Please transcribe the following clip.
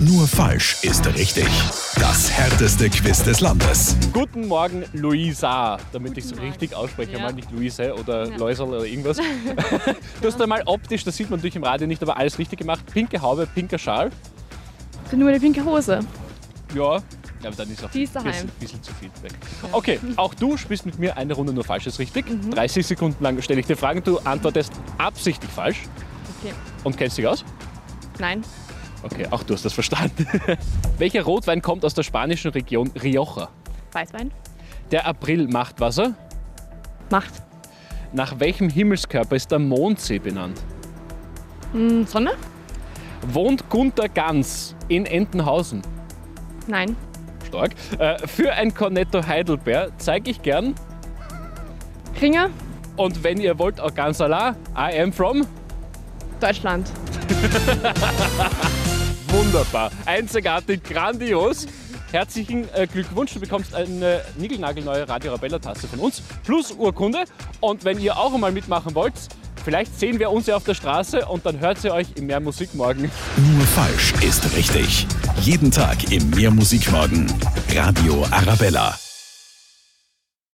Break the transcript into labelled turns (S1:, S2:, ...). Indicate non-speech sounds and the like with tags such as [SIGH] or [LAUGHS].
S1: Nur falsch ist richtig. Das härteste Quiz des Landes.
S2: Guten Morgen, Luisa, damit ich es richtig ausspreche,
S3: Ja.
S2: mal nicht Luise oder
S3: Ja.
S2: Läusel oder
S3: [LAUGHS]
S2: irgendwas. du hast einmal optisch, das sieht man natürlich im Radio nicht, aber alles richtig gemacht. Pinke Haube, pinker Schal.
S3: Nur eine pinke Hose.
S2: Ja, ja, aber dann ist auch
S3: Die
S2: ein
S3: ist daheim.
S2: bisschen, bisschen zu viel weg. Okay, auch du spielst mit mir eine Runde nur Falsches richtig.
S3: Mhm.
S2: 30 Sekunden lang stelle ich dir Fragen, du antwortest absichtlich falsch
S3: Okay.
S2: und kennst dich aus.
S3: Nein.
S2: Okay, auch du hast das verstanden. [LAUGHS] Welcher Rotwein kommt aus der spanischen Region Rioja?
S3: Weißwein.
S2: Der April macht Wasser.
S3: Macht.
S2: Nach welchem Himmelskörper ist der Mondsee benannt?
S3: Hm, Sonne?
S2: Wohnt Gunther Ganz in Entenhausen?
S3: Nein.
S2: Stark. Äh, für ein Cornetto Heidelbeer zeige ich gern.
S3: Ringe?
S2: Und wenn ihr wollt, auch ganz Allah, I am from.
S3: Deutschland.
S2: Wunderbar. Einzigartig, grandios. Herzlichen äh, Glückwunsch, du bekommst eine niegelnagelneue Radio Rabella-Tasse von uns, plus Urkunde. Und wenn ihr auch einmal mitmachen wollt, vielleicht sehen wir uns ja auf der Straße und dann hört ihr euch im Mehr Musik morgen.
S1: Nur falsch ist richtig. Jeden Tag im Mehrmusikmorgen. Radio Arabella.